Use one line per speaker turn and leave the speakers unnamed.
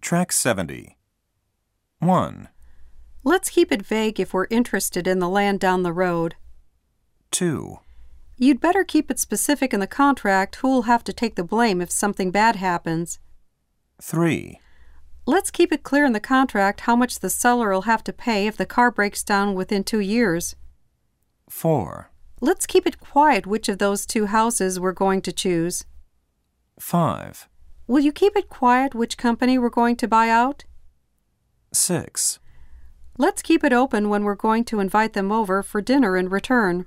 Track 70. 1,
Let's keep it vague if we're interested in the land down the road.
2,
You'd better keep it specific in the contract who'll have to take the blame if something bad happens.
3,
Let's keep it clear in the contract how much the seller will have to pay if the car breaks down within two years.
4,
Let's keep it quiet which of those two houses we're going to choose.
5,
Will you keep it quiet which company we're going to buy out?
6.
Let's keep it open when we're going to invite them over for dinner in return.